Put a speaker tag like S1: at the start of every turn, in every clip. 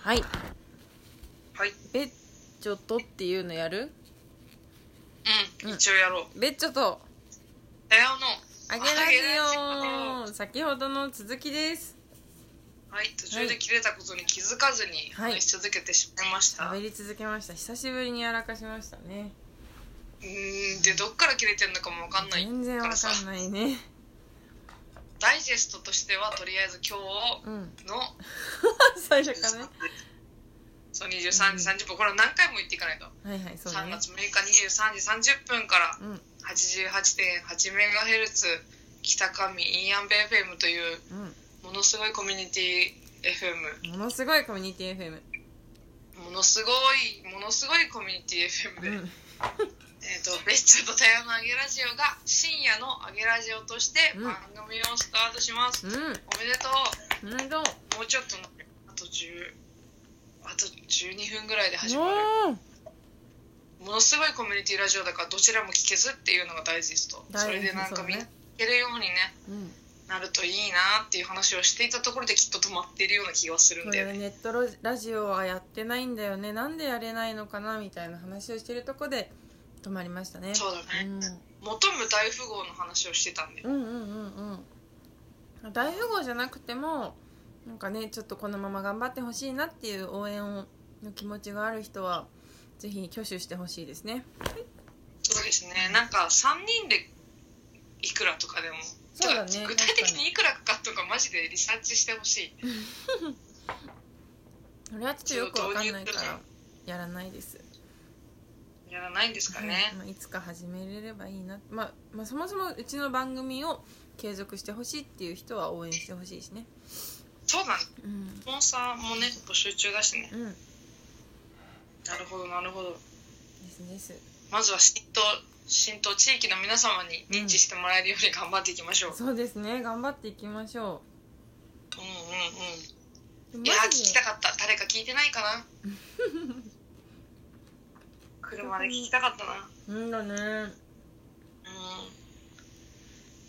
S1: はい
S2: はい。
S1: ベッチョとっていうのやる
S2: うん。一応やろう。
S1: ベッチョと
S2: だよの。
S1: あげ
S2: あげ
S1: ラ
S2: ラ
S1: ジ
S2: ジ
S1: オ先ほどの続きです
S2: オはい。途中で切れたことに気づかずに
S1: はい
S2: 話し続けてしまいました。
S1: 喋り続けました久しぶりにやらかしましたね
S2: うーん。で、どっから切れてんのかもわかんない
S1: 全然わ
S2: からさ
S1: かんないね
S2: ダイジェストとしては、とりあえず今
S1: うん
S2: 日の、
S1: 最初からね
S2: そう、23時30分。これは何回も言っていかないと。
S1: はいはいそうだ
S2: 3
S1: ね
S2: 月6日23時30分から
S1: うん
S2: 88.8メガヘルツ北上イーアンベ FM というものすごいコミュニティ FM
S1: うんものすごいコミュニティ FM
S2: ものすごいものすごいコミュニティ FM で、
S1: う
S2: えっ
S1: ん
S2: とベッチャーと多様なあげラジオが深夜のあげラジオとして
S1: うん
S2: 番組をスタートします、
S1: う
S2: おめでと
S1: んなんか
S2: うもうちょっとのあと10あと12分ぐらいで始まる
S1: もう
S2: ものすごいコミュニティラジオだからどちらも聞けずっていうのが大事ですと
S1: 大事
S2: それでなんか
S1: そう
S2: みん
S1: ね
S2: な聞けるようにね
S1: うん
S2: なるといいなっていう話をしていたところできっと止まっているような気がするん
S1: こ
S2: だ
S1: れ
S2: よね。
S1: ネットロジラジオはやってないんだよねなんでやれないのかなみたいな話をしてるとこで止まりましたね
S2: そうだね。求む大富豪の話をしてたんで。
S1: うん、うんうんうんうん大富豪じゃなくてもなんかねちょっとこのまま頑張ってほしいなっていう応援をの気持ちがある人はぜひ挙手してほしいですね
S2: そうですね。なんか3人でいくらとかでも。
S1: そうだね
S2: てか具体的にいくらかとかマジでリサーチしてほしい。
S1: それはちょっとよくわかんないからやらないです
S2: やらないんですか
S1: はい
S2: ね。
S1: まあ、いつか始めれればいいな、まあ、まあそもそもうちの番組を継続してほしいっていう人は応援してほしいしね
S2: そうなん
S1: うん
S2: スポンサーもね、募集中だしね。
S1: うん
S2: なるほど、なるほど。
S1: ですです
S2: まずは浸透、浸透地域の皆様に認知してもらえるように頑張っていきましょう。
S1: そうですね頑張っていきましょ
S2: うんうんうん。
S1: う
S2: いやー
S1: マ
S2: 聞
S1: ジ
S2: き
S1: で
S2: たかった誰か聞いてないか な車で聞きたかったなうん
S1: うんだね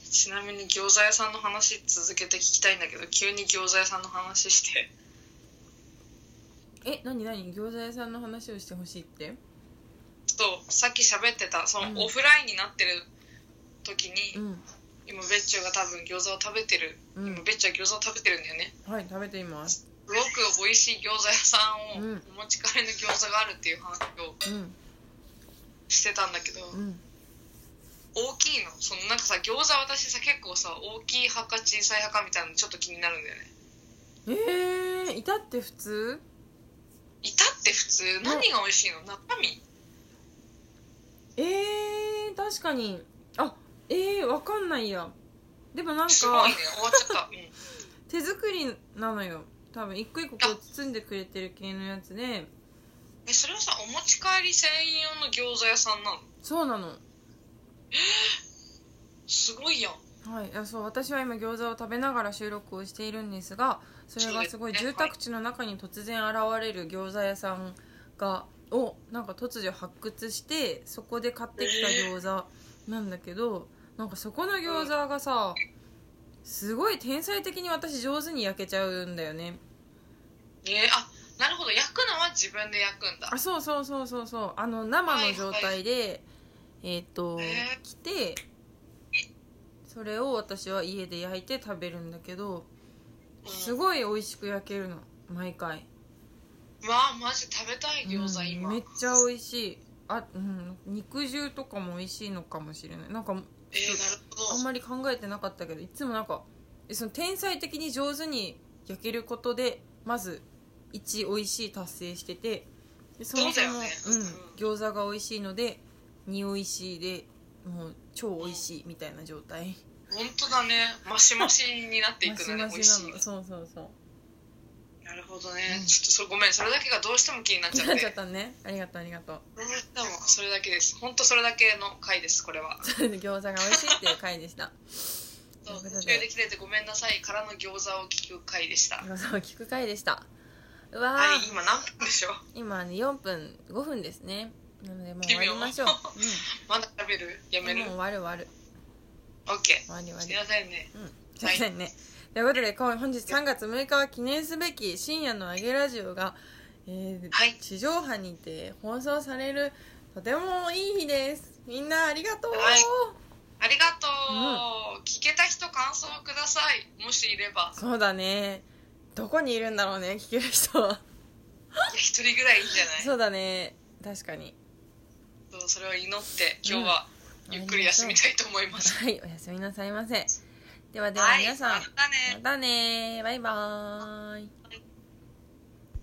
S2: ちなみに餃子屋さんの話続けて聞きたいんだけど急に餃子屋さんの話して
S1: え何何餃子屋さんの話をしてほしいって
S2: ちょっとさっき喋ってたその、
S1: うん
S2: オフラインになってる時
S1: う
S2: に、
S1: ん
S2: 今ベッチョが多分餃子を食べてる、
S1: うん
S2: 今ベッチョは餃子を食べてるんだよね
S1: はい食べています
S2: すごく美味しい餃子屋さんを、
S1: うん
S2: お持ち帰りの餃子があるっていう話を
S1: うん
S2: してたんだけど、
S1: うん
S2: 大きいのそのなんかさ餃子私さ結構さ大きい派か小さい派かみたいなのちょっと気になるんだよね
S1: えー、いたって普通
S2: いたって普通何が美味しいの中身
S1: えー、確かにあえー、わかんないやでもなんか
S2: すごいね終わっちゃった、うん、
S1: 手作りなのよ多分一個一個こう包んでくれてる系のやつで
S2: えそれはさお持ち帰り専用の餃子屋さんなの
S1: そうなの
S2: すごいやん
S1: はい、いやそう私は今餃子を食べながら収録をしているんですがそれがすごい
S2: そう
S1: 住
S2: ですね
S1: 宅地の中に突然現れる餃子屋さんがをなんか突如発掘してそこで買ってきた餃子なんだけどなんかそこの餃子がさすごい天才的に私上手に焼けちゃうんだよね
S2: えー、あなるほど焼くのは自分で焼くんだ
S1: あそうそうそうそうそうあの生の状態でえっと
S2: え
S1: 来てそれを私は家で焼いて食べるんだけど
S2: うん
S1: すごい美味しく焼けるの毎回
S2: うわあマジ食べたい餃子、
S1: うん
S2: 今
S1: めっちゃ美味しいあ、うん、肉汁とかも美味しいのかもしれないなんか
S2: えー、なるほ
S1: あん
S2: ど
S1: まり考えてなかったけどいつもなんかえその天才的に上手に焼けることでまず1美味しい達成しててでそもそも
S2: そうだよね
S1: うん、餃子が美味しいので2美味しいでもう超美味しいみたいな状態
S2: 本当だねマシマシになってい
S1: マ
S2: く
S1: シ
S2: のね
S1: マ
S2: 美味し
S1: シ
S2: い
S1: なのそうそうそう
S2: なるほどね、
S1: うん
S2: ちょっとそれごめんそれだけがどうしても気になっちゃっ
S1: なってちゃったねありがとうありがとう
S2: でもそれだけです本当それだけの回ですこれは
S1: それで餃子が美味しいっていう回でしたということで
S2: 途中で切れてごめんなさいからの餃子を聞く回でしたはい
S1: 皆さんを聞く回でしたうわー、
S2: 今何分でしょう
S1: 今ね4分5分ですねなのでもう終わりましょう、
S2: まだ食べるや
S1: うん、
S2: める
S1: もう終わる終わる
S2: OK
S1: 終わり終わ
S2: す
S1: り
S2: いませんね
S1: うんすいませんね、ということで今本日3月6日は記念すべき深夜のあげラジオが、えー
S2: はい
S1: 地上波にて放送されるとてもいい日ですみんなありがとう、
S2: はいありがとう、聞けた人感想をくださいもしいれば
S1: そうだねどこにいるんだろうね聞ける人は
S2: いや一人ぐらいいいんじゃない
S1: そうだね確かに
S2: そうそれを祈って今日はゆっくり休みたいと思います、
S1: はいおやすみなさいませではでは
S2: はい
S1: 皆さん、
S2: またね
S1: またねバイバーイ